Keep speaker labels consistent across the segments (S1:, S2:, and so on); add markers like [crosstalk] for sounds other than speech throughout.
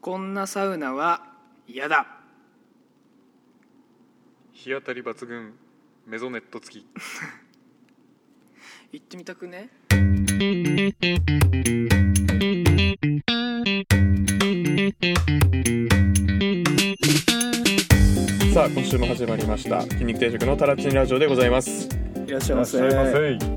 S1: こんなサウナは嫌だ
S2: 日当たり抜群メゾネット付き
S1: 行ってみたくね
S3: さあ今週も始まりました筋肉定食のタラチンラジオでございます、
S1: いらっしゃ
S2: い
S1: いませ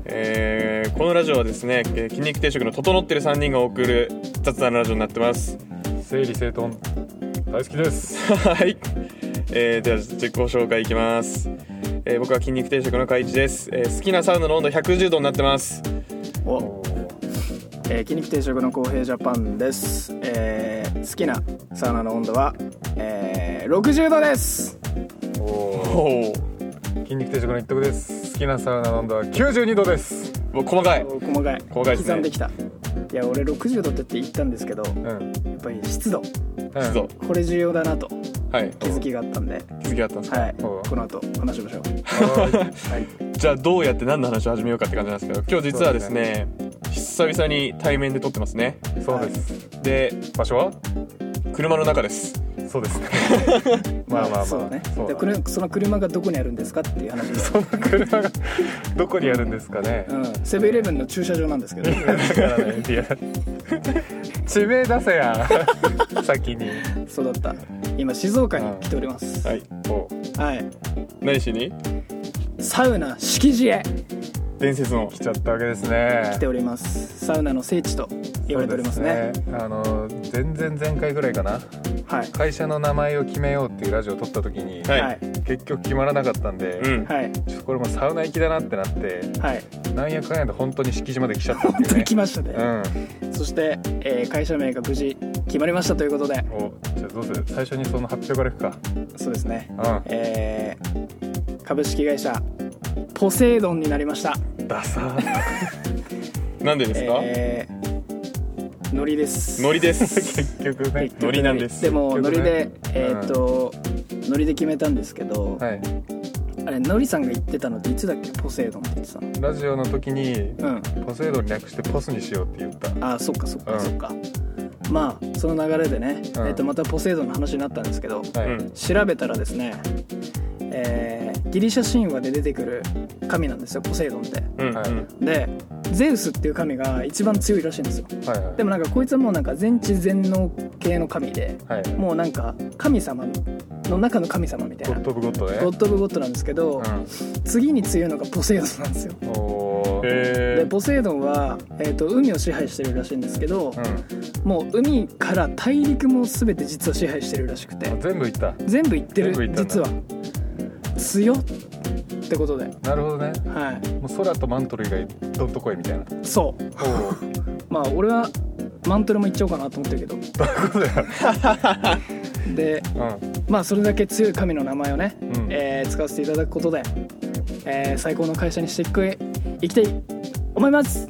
S3: えーこのラジオはですねえー筋肉定食の整ってる3人が送る雑談ラジオになってます [laughs]
S2: 整理整頓大好きです
S3: はい、えー、では自己紹介いきます、えー僕は筋肉定食の海一です、えー好きなサウナの温度110度になってます
S1: おえー、筋肉定食の公平ジャパンです、えー、好きなサウナの温度は、えー、60度です
S2: おお
S3: おお
S2: 筋肉定食の一徳です好きなサウナの温度は92度です
S3: 細かい
S1: お細かい
S3: 細かいですね
S1: 刻んできたいや俺60度ってって言ったんですけどや
S2: うん、うん、
S1: っぱり湿度
S3: 湿度
S1: これ重要だなと
S3: はい
S1: 気づきがあったんで
S3: 気づきがあったんですか、
S1: はい
S2: お
S1: この後話しましょう
S2: は
S1: はい
S3: じゃあどうやって何の話を始めようかって感じなんですけど今日実はですね久々に対面で撮ってますね
S2: いそうです
S3: で
S2: 場所は
S3: 車の中です
S2: そうです [laughs] まあまあまあ
S1: そうね
S2: そう
S1: で
S2: だ
S1: くるその車がどこにあるんですかっていう話 [laughs] です
S2: その車がどこにあるんですかね
S1: うんセブンイレブンの駐車場なんですけど
S2: だからねいや地名出せや先に
S1: そうだった今静岡に来ております
S3: はい
S2: お
S1: はい
S3: 何しに
S1: サウナ敷地へ
S3: 伝説の
S2: 来ちゃったわけですね
S1: 来ておりますサウナの聖地と言われておりますね
S2: そうですねあの全然前回ぐらいかな
S1: はい
S2: 会社の名前を決めようっていうラジオを撮った時に、
S3: はい
S1: はい
S2: 結局決まらなかったんで、
S3: うん
S1: はい
S2: ちょっとこれもうサウナ行きだなってなって
S1: はい
S2: なんやかんやで本当に敷地まで来ちゃったって
S1: 本
S2: いう
S1: 当に [laughs]
S2: ね
S1: 来ました
S2: う
S1: ね、
S2: ん、
S1: そして、えー会社名が無事決まりましたということで
S2: おじゃあどうする最初にその発表からいくか
S1: そうですね
S2: う
S1: えー株式会社ポセイドンになりました
S2: んダサ
S3: なんでですか、
S1: えー、ノリです
S3: ノリです [laughs]
S2: 結局ね
S1: 結局
S3: ノリなんです
S1: でもノ
S2: 結
S1: リ
S2: 局
S1: で、
S2: ね
S1: えーっと、ノリで決めたんですけど、
S2: はい
S1: あれノリさんが言ってたのっていつだっけポセイドンって言ってたの
S2: ラジオの時に
S1: うん
S2: ポセイドン略してポスにしようって言った
S1: あーそっかそっか、
S2: うん
S1: そっかまあその流れでね、
S2: うん
S1: えーっとまたポセイドンの話になったんですけど
S2: はい、
S3: うん
S1: 調べたらですねえーギリシャ神話で出てくる神なんですよポセイドンって
S3: うん
S2: はい
S3: うん
S1: でゼウスっていう神が一番強いらしいんですよ
S2: はいはい
S1: でもなんかこいつはもうなんか全知全能系の神で
S2: はい
S1: もうなんか神様の中の神様みたい
S2: ゴ
S1: な
S2: ッド・オブ・ゴッドね
S1: ゴッド・オブ・ゴッドなんですけど、次に強いのがポセイドンなんですよ
S2: うん、おー
S3: え
S1: でポセイドンは、えー、と海を支配してるらしいんですけど、
S2: う
S1: もう海から大陸も全て実は支配してるらしくて
S2: ん、全部いった
S1: 全部行って
S2: 全部行
S1: る
S2: ったんだ
S1: 実は強っってことで
S2: なるほどね
S1: は
S2: もう空とマントル以外どんとこいみたいない
S1: そう
S2: おおどういう
S1: まあ俺はマントルも行っちゃおうかなと思ってるけど
S2: ことだよ
S1: で
S2: う
S1: まあそれだけ強い神の名前をね、
S2: ん、うん
S1: えー使わせていただくことで、えー最高の会社にしていく生きてい思います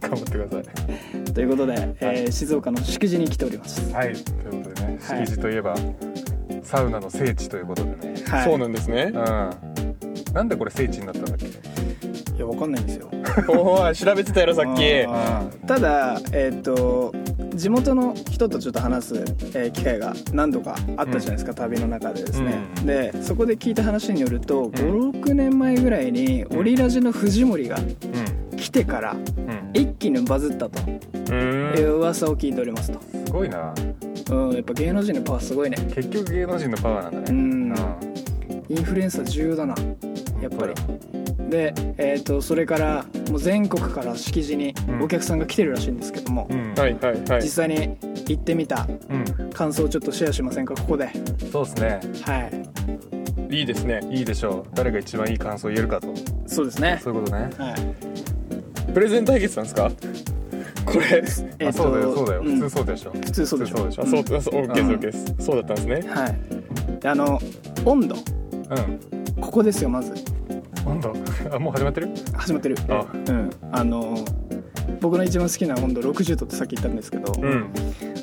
S2: 頑張ってくださ
S1: ということで、えー静岡の祝辞に来ております、
S2: いはいということでね
S1: はい
S2: 敷地といえば、サウナの聖地ということでね
S1: はい、
S3: そうなんですね
S2: うんなんでこれ聖地になったんだっけ
S1: いやわかんないんですよ
S3: おい調べてたやろさっき
S1: あーただえっ、と地元の人とちょっと話す、えー機会が何度かあったじゃないですか、旅の中でですね、
S2: うん
S1: でそこで聞いた話によると56年前ぐらいにオリラジの藤森が
S2: う
S1: 来てから
S2: んうん
S1: 一気にバズったと
S3: う
S1: い
S3: ーん
S1: う噂を聞いております
S2: すごいな
S1: と、うん、やっぱ芸能人のパワーすごいね
S2: 結局芸能人のパワーなんだ
S1: う
S2: ね
S1: んインフルエンサー重要だなやっぱりで、えー、とそれからもう全国から敷地にお客さんが来てるらしいんですけども、
S2: うん
S3: はいはいはい
S1: 実際に行ってみた
S2: うん
S1: 感想をちょっとシェアしませんかここで
S2: そうですね
S1: はい
S3: いいですね
S2: いいでしょう誰が一番いい感想を言えるかと
S1: そうですね
S2: そういうことね
S1: はい
S3: プレゼン対決なんですかこ
S1: え
S2: あ
S3: れ
S1: ーと
S2: そうだよそうだよ、
S1: ん
S2: 普通そうでしょ
S1: 普通そうでしょ
S2: 普通そうでしょ
S3: あそうあそうオッケーですオッケーですそうだったんですね
S1: はいであの温度
S2: う
S1: ここですよまず
S2: ん温度 [laughs] あもう始まってる
S1: 始まってる
S2: あ
S1: うんあの僕の一番好きな温度60度ってさっき言ったんですけど、
S3: うん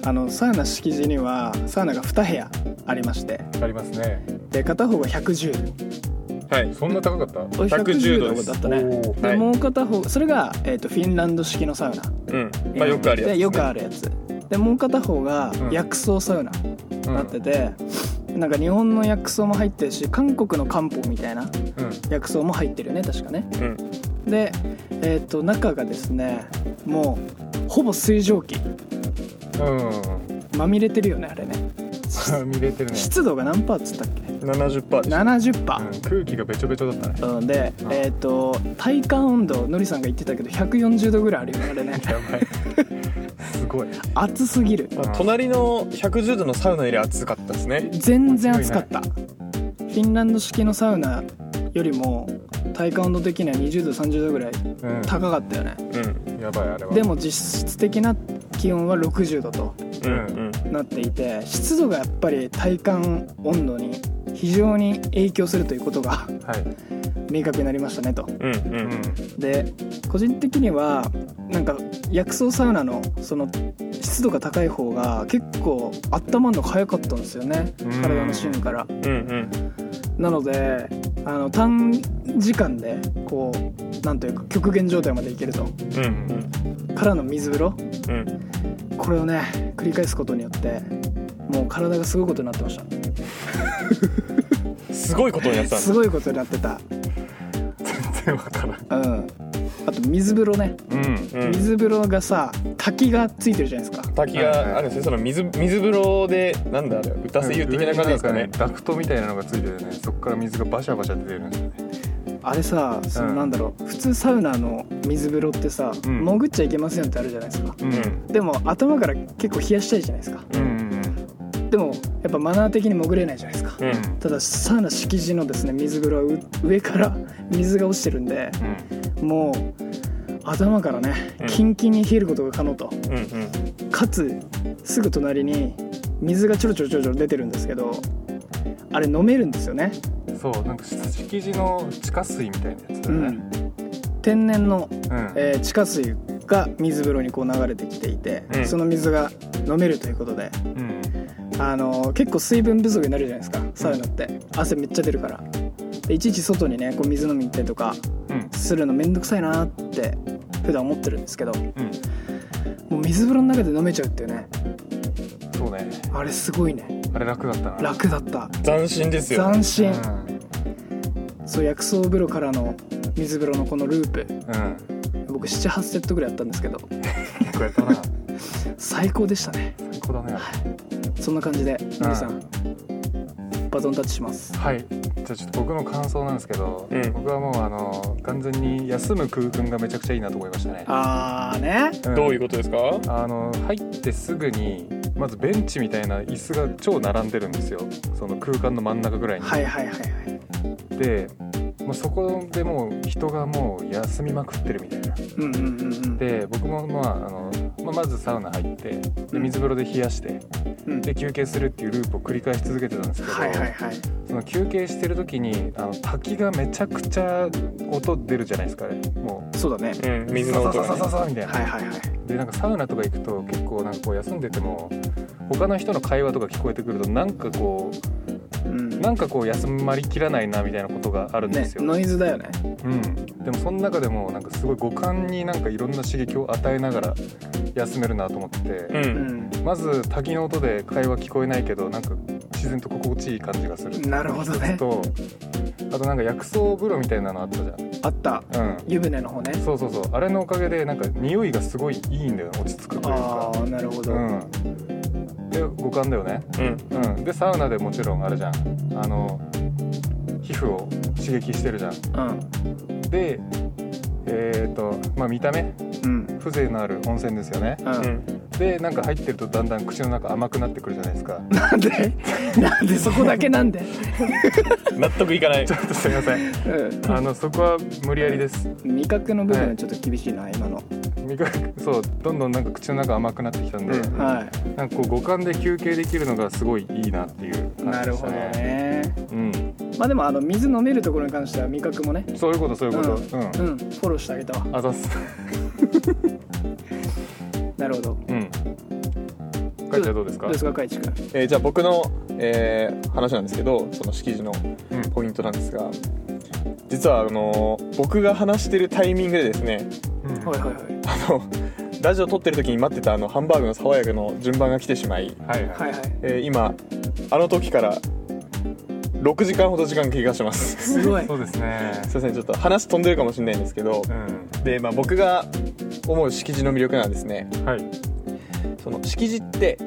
S1: あのサウナ敷地にはサウナが2部屋ありまして
S2: ありますね
S1: で片方が110
S3: はい
S2: そんな高かった
S1: これ
S3: 110
S1: 110
S3: 度
S1: 度
S3: です
S1: だったね
S2: おー
S1: で、
S3: はい
S1: もう片方それが、えー、とフィンランド式のサウナ、
S3: うんまあよくあるやつ
S1: でよくあるやつでもう片方が薬草サウナに
S2: うん
S1: なってて、なんか日本の薬草も入ってるし韓国の漢方みたいな薬草も入ってるよね確かね
S3: うんうん
S1: でえっ、と中がですねもうほぼ水蒸気
S2: うん
S1: まみれてるよねあれね
S2: うん [laughs] 見れてるね、
S1: 湿度が何パーっつったっけ
S3: 70%でしょ
S1: 70%パ
S2: う
S1: ー
S2: ん、空気がべちょべちょだったね
S1: うんで、
S2: うん
S1: えっ、と体感温度のりさんが言ってたけど140度ぐらいあるよねあれ
S2: [laughs]
S1: ね
S2: やばいすごい
S1: 暑すぎる
S3: まあ隣の110度のサウナより暑かったですね
S1: 全然暑かったフィンランド式のサウナよりも体感温度的には20度30度ぐらい
S2: うん
S1: 高かったよね、
S3: うん
S2: やばいあれは
S1: でも実質的な気温は60度と
S3: うんうん
S1: なっていて湿度がやっぱり体感温度に非常に影響するということが [laughs]
S2: はい
S1: 明確になりましたねと
S3: うん
S2: う
S3: う
S2: んん
S1: で個人的にはなんか薬草サウナのその湿度が高い方が結構温まるのが早かったんですよね
S2: うん
S1: 体の芯から
S3: うんうん
S1: なのであの短時間でこうなんというか極限状態までいけると
S3: うんうん
S1: からの水風呂
S3: うん
S1: これをね繰り返すことによってもう体がすごいことになってまし
S3: すごいことになって
S1: た
S3: たんだ
S1: すごいことになってた
S2: 全然わからん
S1: うんあと水風呂ね
S2: うん
S3: うん
S1: 水風呂がさ滝がついてるじゃないですか
S3: 滝があるんですねその水水風呂でなんだあれ歌声優的な感じですか
S2: 上
S3: ね
S2: にんダクトみたいなのがついててねそこから水がバシャバシャ出てるんですよね
S1: あれさそのなんだろう、普通サウナの水風呂ってさ、
S2: うん
S1: 潜っちゃいけませんってあるじゃないですか
S2: うん
S1: でも頭から結構冷やしたいじゃないですか
S2: うんうん
S1: でもやっぱマナー的に潜れないじゃないですか
S3: うんうん
S1: ただサウナ敷地のですね水風呂はう上から水が落ちてるんでもう頭からね
S3: うん
S1: キンキンに冷えることが可能と
S3: うん
S1: かつすぐ隣に水がちょろちょろちょろちょろ出てるんですけどあれ飲めるんですよね
S2: うんそうなんか敷地の地下水みたいなやつだ
S1: う
S2: よね
S1: ん天然の
S2: うん
S1: えー地下水が水風呂にこう流れてきていて、
S3: うん
S1: その水が飲めるということで、
S2: うん
S1: あのー結構水分不足になるじゃないですかサウナって、汗めっちゃ出るからでいちいち外にねこう水飲みに行ったりとか
S2: うん
S1: するのめんどくさいなーって普段思ってるんですけども
S2: うん
S1: う水風呂の中で飲めちゃうっていうね
S2: そうね
S1: あれすごいね
S2: あれ楽だったな
S1: 楽だった
S3: 斬新ですよ
S1: 斬新、
S2: うん
S1: そう薬草風呂からの水風呂のこのループ
S2: うん
S1: 僕78セットぐらいやったんですけど
S2: 結構やったな
S1: 最高でしたね
S2: 最高だね
S1: そんな感じで皆さんバトンタッチします
S2: はいじゃあちょっと僕の感想なんですけど、
S3: うん
S2: 僕はもうあの完全に休む空間がめちゃくちゃいいなと思いましたね
S1: あーね
S2: ん
S3: どういうことですか
S2: あの入ってすぐにまずベンチみたいな椅子が超並んでるんですよその空間の真ん中ぐらいに、
S1: はいはいはいはい
S2: で、まあ、そこでもう人がもう休みまくってるみたいな
S1: うんうんうんうん
S2: で僕もまああの、まあまずサウナ入って
S1: う
S2: で
S1: ん
S2: 水風呂で冷やして
S1: うん
S2: で休憩するっていうループを繰り返し続けてたんですけど、
S1: はいはいはい
S2: その休憩してる時にあの滝がめちゃくちゃ音出るじゃないですかあれも
S1: そうだね
S3: うん
S2: う
S3: 水の
S2: ササ
S3: 音
S2: サ
S3: が
S2: サササみたいな、
S1: はいはいはい
S2: でなんかサウナとか行くと結構なんかこう休んでても他の人の会話とか聞こえてくるとなんかこ
S1: うん
S2: うなんかこう休まりきらないなみたいなことがあるんで
S1: ね
S2: すよ、
S1: ノイズだよね
S2: うん、でもその中でもなんかすごい五感になんかいろんな刺激を与えながら休めるなと思って
S3: う
S2: て、
S1: うんん
S2: まず滝の音で会話聞こえないけどなんか自然と心地いい感じがする
S1: なるほどね
S2: とあとなんか薬草風呂みたいなのあったじ
S1: あった
S2: ゃん、うん、
S1: 湯船の方ね
S2: そうそうそうあれのおかげでなんか匂いがすごいいいんだよね落ち着くという
S1: あ
S2: か
S1: あなるほど
S2: うんで五感だよね
S3: うん
S2: うんでサウナでもちろんあれじゃんあの皮膚を刺激してるじゃん
S1: うん
S2: でえっ、とまあ見た目
S1: うん
S2: 風情のある温泉ですよね
S1: う
S3: うんん
S2: でなんか入ってるとだんだん口の中甘くなってくるじゃないですか [laughs]
S1: なん [laughs] でなんでそこだけなんで
S3: 納得いかない
S2: ちょっとすいません
S1: う
S2: あのそこは無理やりです
S1: ん味覚の部分ちょっと厳しいな今の
S2: 味覚そうどんどんなんか口の中甘くなってきたんで、
S3: うん
S1: は
S2: なんかこう五感で休憩できるのがすごいいいなっていう
S1: い
S2: 感じ
S1: な
S2: で
S1: る
S2: し
S1: ほ
S2: た
S1: ど
S2: ね
S1: ね
S2: うん
S1: まあでもあの水飲めるところに関しては味覚もね
S2: そういうことそういうことうん、
S1: うんフォローしてあげたわ
S2: あざっす
S1: なるほど
S2: うんかいちゃんどうです
S1: ど
S2: か
S1: うですかかいちくん
S3: えーじゃあ僕の、えー話なんですけどその式辞の
S2: うん
S3: ポイントなんですが実はあのー僕が話してるタイミングでですね
S2: うん
S1: はいはいはい
S3: あのラジオ撮ってる時に待ってたあのハンバーグの爽やかの順番が来てしまい、
S2: はいは
S1: はいいはい
S3: えー今あの時から6時間ほど時間経過してますす
S1: すごい
S2: そうですね
S3: いませんちょっと話飛んでるかもしれないんですけど
S2: うん
S3: で、まあ、僕が思う敷地の魅力なんですね
S2: はい
S3: その敷地って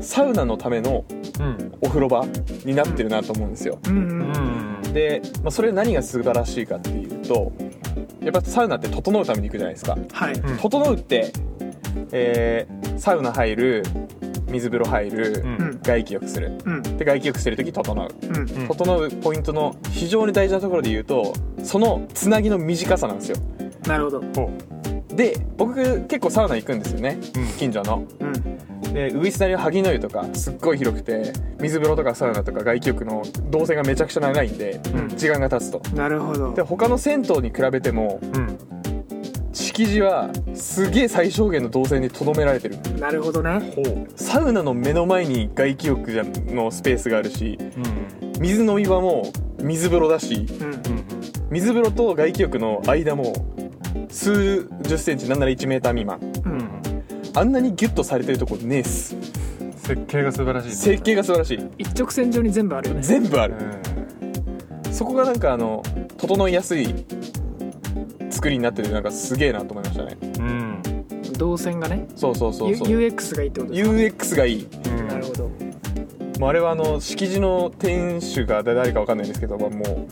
S3: サウナのための
S2: うん
S3: お風呂場になってるなと思うんですよ
S1: うん
S2: う
S1: うん
S2: ん
S3: で、まあ、それ何が素晴らしいかっていうとやっぱサウナって整うために行くじゃないですか
S1: はい
S2: うん
S3: 整うって、えーサウナ入る水風呂入る、
S2: うん
S1: うん
S3: 外気浴する
S1: うん
S3: で外気浴してる時整う
S1: うん
S2: うん
S3: 整うポイントの非常に大事なところで言うとそのつなぎの短さなんですよ
S1: なるほど
S2: ほ
S3: で僕結構サウナ行くんですよね
S2: ううん
S3: 近所の
S1: うん
S3: でウグイスナリの萩の湯とかすっごい広くて水風呂とかサウナとか外気浴の動線がめちゃくちゃ長いんで
S2: うん
S3: 時間が経つと
S1: なるほど
S3: で他の銭湯に比べても
S2: うん
S3: 敷地はすげえ最小限の動線にとどめられてる
S1: なるほどね
S2: ほう
S3: サウナの目の前に外気浴じゃのスペースがあるし
S2: うん
S3: 水飲み場も水風呂だし
S1: うん
S2: うん
S3: 水風呂と外気浴の間も数十センチなんなら1メーター未満
S1: う
S2: うんん
S3: あんなにギュッとされてるとこねえっす
S2: 設計が素晴らしいです
S3: 設計が素晴らしい
S1: 一直線上に全部あるよね
S3: 全部あ
S2: う
S3: る
S2: ん
S3: そこがなんかあの整いやすい作りになっててなんかすげえなと思いましたね
S2: うん
S1: 動線がね
S3: そうそうそうそう
S1: U- UX がいいってことですか
S3: UX がいい
S2: うん
S1: なるほど
S3: もうあれはあの敷地の店主が誰かわかんないんですけど、まあ、もう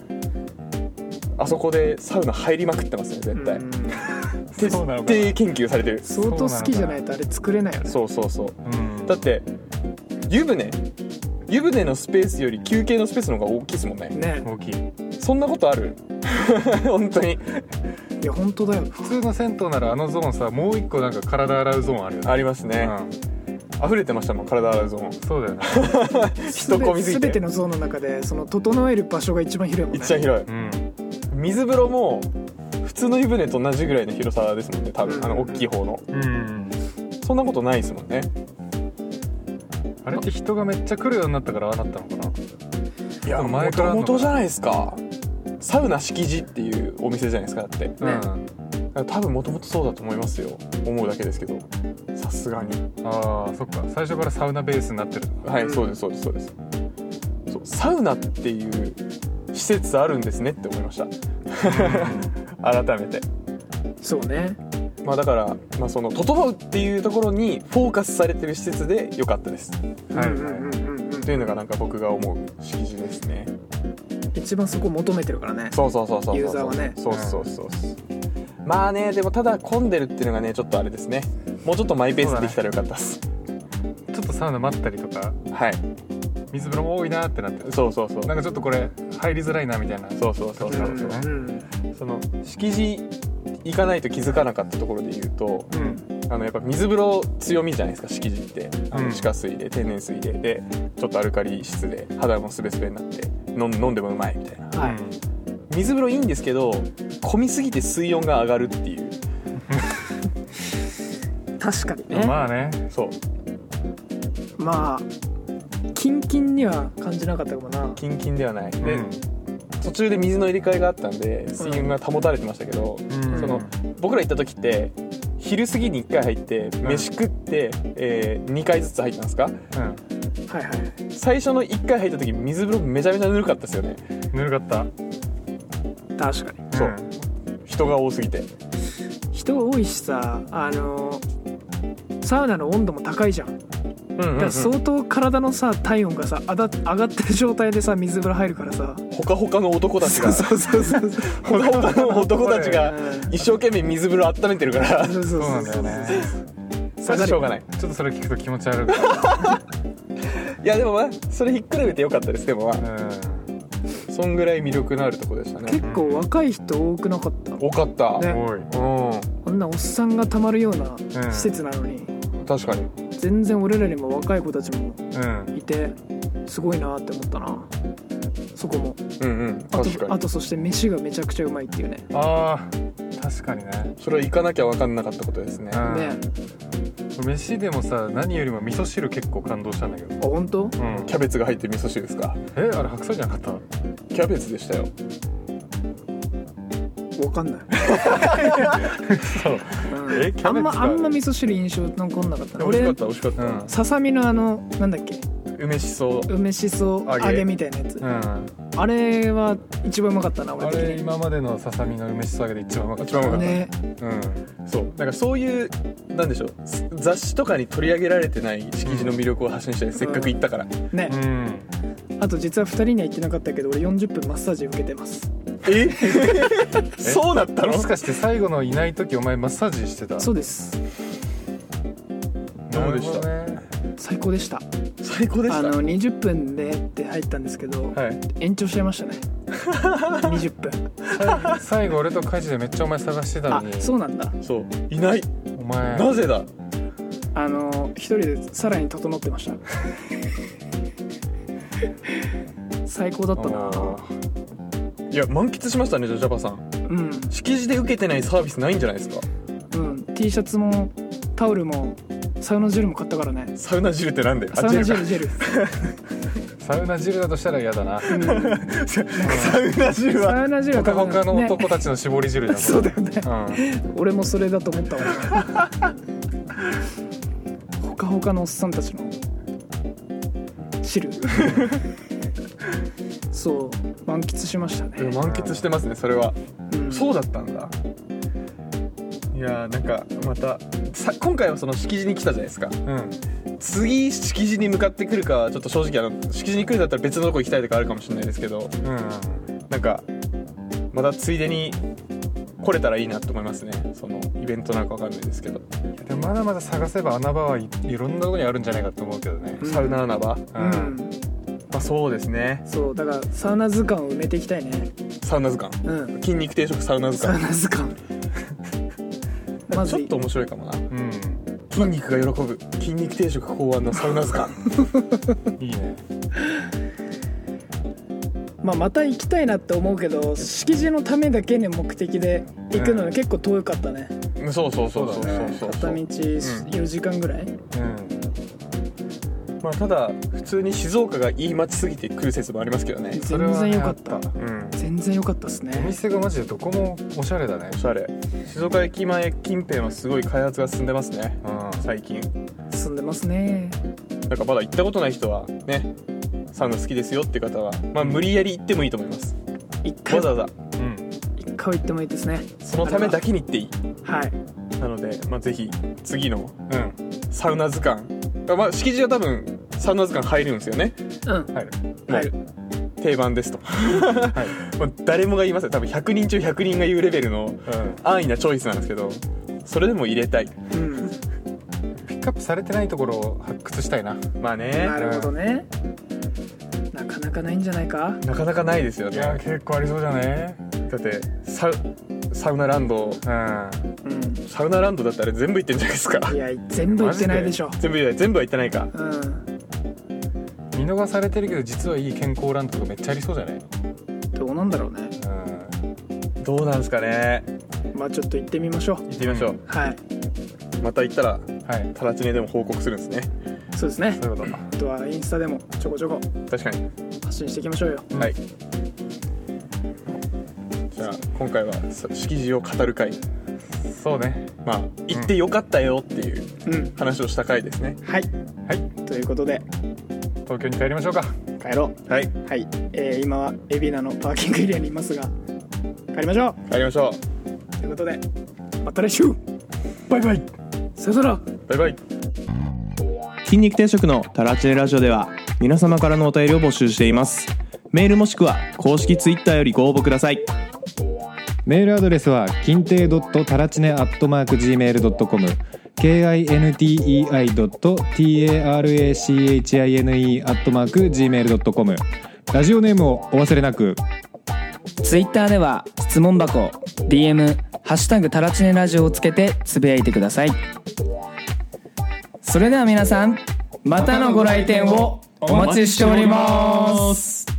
S3: あそこでサウナ入りまくってますね絶対、
S1: うん
S3: 徹
S2: そうなの
S3: 底
S2: かな
S3: 研究されてる
S1: 相当好きじゃないとあれ作れないよね
S3: そうそうそう
S2: うん
S3: だって湯船湯船のスペースより休憩のスペースの方が大きいですもんね
S1: ね
S2: 大きい普
S3: そんなことある [laughs] 本当に
S1: いや本当だよ
S2: 通の銭湯ならあのゾーンさもう一個なんか体洗うゾーンあるよね
S3: ありますね、
S2: う
S3: 溢れてましたもん体洗うゾーン
S2: んそうだよね
S3: 人混みすぎ
S1: べ
S3: て
S1: てのゾーンの中でその整える場所が一番広いもんね
S3: 一番広い
S2: うん
S3: 水風呂も普通の湯船と同じぐらいの広さですもんね多分あの大きい方の
S2: うん
S3: そんなことないですもんね
S2: あれって人がめっちゃ来るようになったからああなったのかない
S3: や
S2: 前
S3: 前
S2: か
S3: から
S2: あん
S3: ら
S2: のかな
S3: 元々じゃないですかサウナ敷地っていうお店じゃないですかだってだか
S1: ね
S2: うん
S3: ら多分もともとそうだと思いますよ思うだけですけどさすがに
S2: ああそっか最初からサウナベースになってる
S3: はい、
S1: うん
S3: そうですそうですそうですそうサウナっていう施設あるんですねって思いました [laughs] 改めて
S1: そうね
S3: まあだから、まあ、その整うっていうところにフォーカスされてる施設で良かったです
S2: はい
S1: うんうんうんうんうん
S3: というのがなんか僕が思う敷地ですね
S1: 一番そこ求めてるからね
S3: そうそうそうそうそう
S1: ユーザーはね
S3: そうそうそうそうまあねでもただ混んでるっていうのがねちょっとあれですねもうちょっとマイペースでできたらよかったっす、
S2: ちょっとサウナ待ったりとか
S3: はい
S2: 水風呂も多いなってなってる
S3: そうそうそう
S2: なんかちょっとこれ入りづらいなみたいな
S3: そうそうそう
S1: う
S3: そ
S1: ん
S3: う、
S1: うん
S3: その敷地行かないと気づかなかったところで言うと
S1: うん
S3: あのやっぱ水風呂強みじゃないですか敷地ってあ
S2: うん
S3: の地下水で天然水ででちょっとアルカリ質で肌もスベスベになって飲ん飲んでもうまいみたい
S1: は
S3: な
S1: い
S3: 水風呂いいんですけど混みすぎて水温が上がるっていう
S1: 確かに
S2: うん
S1: ね
S2: まあね
S3: そう
S1: まあキンキンには感じなかったかもな
S3: キンキンではない、
S2: う
S3: で
S2: ん
S3: 途中で水の入れ替えがあったんで水温が保たれてましたけど、
S2: うん
S3: その僕ら行った時って昼過ぎに1回入って飯食って、え2回ずつ入ったんですか
S2: うん
S1: はいはい
S3: 最初の1回入った時水風呂めちゃめちゃぬるかったですよね
S2: ぬるかった
S1: 確かに
S3: そう人が多すぎて
S1: 人多いしさあのサウナの温度も高いじゃんだ
S3: うんうんうん
S1: から相当体のさ体温がさあだ上がってる状態でさ水風呂入るからさ
S3: ほかほかの男たち
S1: [laughs]
S3: が
S1: そうそうそうそう
S3: ほかほかの男たち
S1: [laughs]
S3: が
S1: うん
S3: 一生懸命水風呂温めてるか
S1: [laughs]
S3: ら
S1: そうそう
S2: そ
S1: そ
S2: うな
S1: うんそう
S2: だよね
S3: それはしょうがない
S2: ちょっとそれ聞くと気持ち悪い
S3: いやでもまあそれひっくるめてよかったですでもまあ
S2: う
S3: そんぐらい魅力のあるとこでしたね
S1: 結構若い人多くなかった
S3: 多かった、
S1: ね
S2: んおい
S3: うん
S1: こんなおっさんがたまるような施設なのに、
S3: 確かに
S1: 全然俺らにも若い子たちも
S2: うん
S1: いてすごいなって思ったなそこも
S3: うんうん
S1: あ
S3: 確か
S1: とあ
S3: に
S1: とそして飯がめちゃくちゃうまいっていうね
S2: あー確かにね
S3: それは行かなきゃ分かんなかったことですね
S2: うん
S1: ね
S2: 飯でもさ何よりも味噌汁結構感動したんだけど
S1: あ本当
S2: うん
S3: キャベツが入ってる味噌汁ですか
S2: えあれ白菜じゃなかった
S3: キャベツでしたよ
S1: わかんない、
S2: そう
S1: うん
S2: えキ
S1: あ
S2: ャベ
S1: ん
S2: ツ
S1: ま
S2: が
S1: あんま味噌汁印象残んなかったな
S3: 美味しか
S1: 俺
S3: った美味しかった、
S2: うん
S1: ささみのあのなんだっけ
S3: 梅しそ
S1: 梅しそ
S3: 揚げ
S1: 揚げみたいなやつ、
S2: うん
S1: あれは一番うまかったな俺
S2: あ
S1: 的
S2: れ
S1: に
S2: 今までのささみの梅しそ揚げで一番うまかった
S3: 一番うまかっ
S1: ね
S2: うん
S3: そうなんかそういうなんでしょうす雑誌とかに取り上げられてない敷地の魅力を発信したい、せっかく行ったから、
S1: ね
S2: う、ん
S1: あと実は2人には行ってなかったけど俺40分マッサージ受けてます
S3: [laughs] えそうだったの
S2: もしかして最後のいない時お前マッサージしてた
S1: そうです
S3: どうでした
S2: なるほどね
S1: 最高でした
S3: 最高でし
S1: あ
S3: た
S1: の20分でって入ったんですけど、
S3: はい
S1: 延長しちゃいましたね20分
S2: さい最後俺とカジでめっちゃお前探してた
S1: あ
S2: のに
S1: そうなんだ
S3: そういない
S2: お前
S3: なぜだ
S1: あの一人でさらに整ってました最高だったな
S3: あーいや満喫しましたねジョジャパさん
S1: うん
S3: 敷地で受けてないサービスないんじゃないですか
S1: うん、T シャツもタオルもサウナジェルも買ったからね
S3: サウナ汁ってなんであ
S1: サウナ
S3: ジ
S1: ジ
S3: ェ
S1: ェ
S3: ル
S1: ルジェル、
S2: サウナ汁だとしたら嫌だな
S1: うん
S3: かサウナ汁は
S1: サウナジェル
S2: ほ
S1: は
S2: か
S1: 多
S2: ほ
S1: 分
S2: かの
S1: ね
S2: 男たちの絞り汁だもん
S1: そうだよね
S2: うん
S1: 俺もそれだと思ったわほかほかのおっさんたちの汁そう満喫しました
S3: うん
S1: ね、
S3: 満喫してますねそれは
S1: うん、
S3: そうだったんだいやーなんかまたさ今回はその敷地に来たじゃないですか
S2: うん
S3: 次敷地に向かってくるかはちょっと正直あの敷地に来るんだったら別のとこ行きたいとかあるかもしれないですけど
S2: うん
S3: なんかまたついでに来れたらいいなと思いますねそのイベントなんかわかんないですけど、
S2: でもまだまだ探せば穴場はいいろんなとこにあるんじゃないかと思うけどね
S1: うん
S3: サウナ穴場、ま
S1: う
S2: うん
S1: ん
S3: あ、そうですね
S1: そうだからサウナ図鑑を埋めていきたいね
S3: サウナ図鑑
S1: うん
S3: 筋肉定食サウナ図
S1: サウ
S3: 鑑
S1: ナ図鑑ま
S3: ち
S1: ず
S3: ょっと面白いかもな
S2: うん
S3: 筋肉が喜ぶ筋肉定食考案のサウナ図 [laughs] 鑑
S2: いいね
S1: まあ、また行きたいなって思うけど敷地のためだけに目的で行くの
S2: う
S1: が
S2: ん
S1: 結構遠かったね、
S3: うんそうそうそうそうそうそう
S1: 片道4時間ぐらい、
S2: うん
S3: まあただ普通に静岡がいい街すぎて来る説もありますけどね
S2: それは
S1: 全然良かった
S2: あ
S3: うん
S1: 全然良かったです
S2: お
S1: ね
S2: 店がマジでどこもおしゃれだね
S3: おしゃれ静岡駅前近辺はすごい開発が進んでますね
S2: う
S3: 最近
S1: 進んでますね
S3: なんかまだ行ったことない人はねサウナ好きですよって方はまあ無理やり行ってもいいと思い [laughs] ます
S1: 一回
S3: わ
S1: は
S3: ざわざ
S2: んうん
S1: 一回は行ってもいいですね
S3: そのためだけに行っていい
S1: はい
S3: なのでまあぜひ次の
S2: うん
S3: サウナ図鑑あまあ敷地は多分サウナ図鑑入るんですよね
S1: うん
S2: 入る
S1: は
S3: も
S1: いう
S3: 定番 [laughs] ですと、もう誰もが [laughs] 言いますよ多分100人中100人が言うレベルの
S2: うん
S3: 安易なチョイスなんですけどそれでも入れたい
S1: うん
S2: ピックアップされてないところを発掘したいな
S3: まあ
S1: な
S3: ね
S1: るほどねなかなかないんじゃないか
S3: なかなかないですよ
S2: い
S3: ね
S2: や結構ありそうじゃね
S3: だってサウサウナラン
S2: うん
S3: ド
S1: うん
S3: サウナランドだってあれ全部行ってんじゃないですか [laughs]
S1: いや全部行ってないでしょ
S3: 全部全部は行ってないか
S1: うん
S2: 見逃されてるけど実はいい健康ランドとかめっちゃありそうじゃない
S1: どうなんだろうね
S2: うん
S3: どうなんですかね
S1: まあちょっと行ってみましょう
S3: 行ってみましょう、
S1: はい
S3: また行ったら
S2: はい
S3: タラチネでも報告するんですね
S1: そうですね
S2: そういうこ
S1: あとはインスタでもちょこちょこ
S3: 確かに、
S1: 発信していきましょうよ
S2: うん
S3: はいじゃあ今回はそ敷地を語る回
S2: とそうね
S3: まあ行ってよかったよっていう
S1: うん
S3: 話をした回ですね、
S1: はい
S2: はい
S1: ということで
S2: 東京に帰りましょうか
S1: 帰ろ
S3: はいう
S1: はい、えー今は海老名のパーキングエリアにいますが帰りましょ
S3: 帰りましょ
S1: うということでまた来週
S2: バイバイ
S1: さよなら
S3: うバイバイ
S4: 筋肉定食のタラチネラジオでは皆様からのお便りを募集していますメールもしくは公式ツイッターよりご応募ください
S5: メールアドレスは金亭ドットタラチネアットマーク gmail ドットコム k i n t e i ドット t a r a c h i n e アットマーク gmail ドットコムラジオネームをお忘れなく。
S6: ツイッターでは質問箱 DM「ハッシュタグタラチネラジオ」をつけてつぶやいてくださいそれでは皆さんまたのご来店をお待ちしております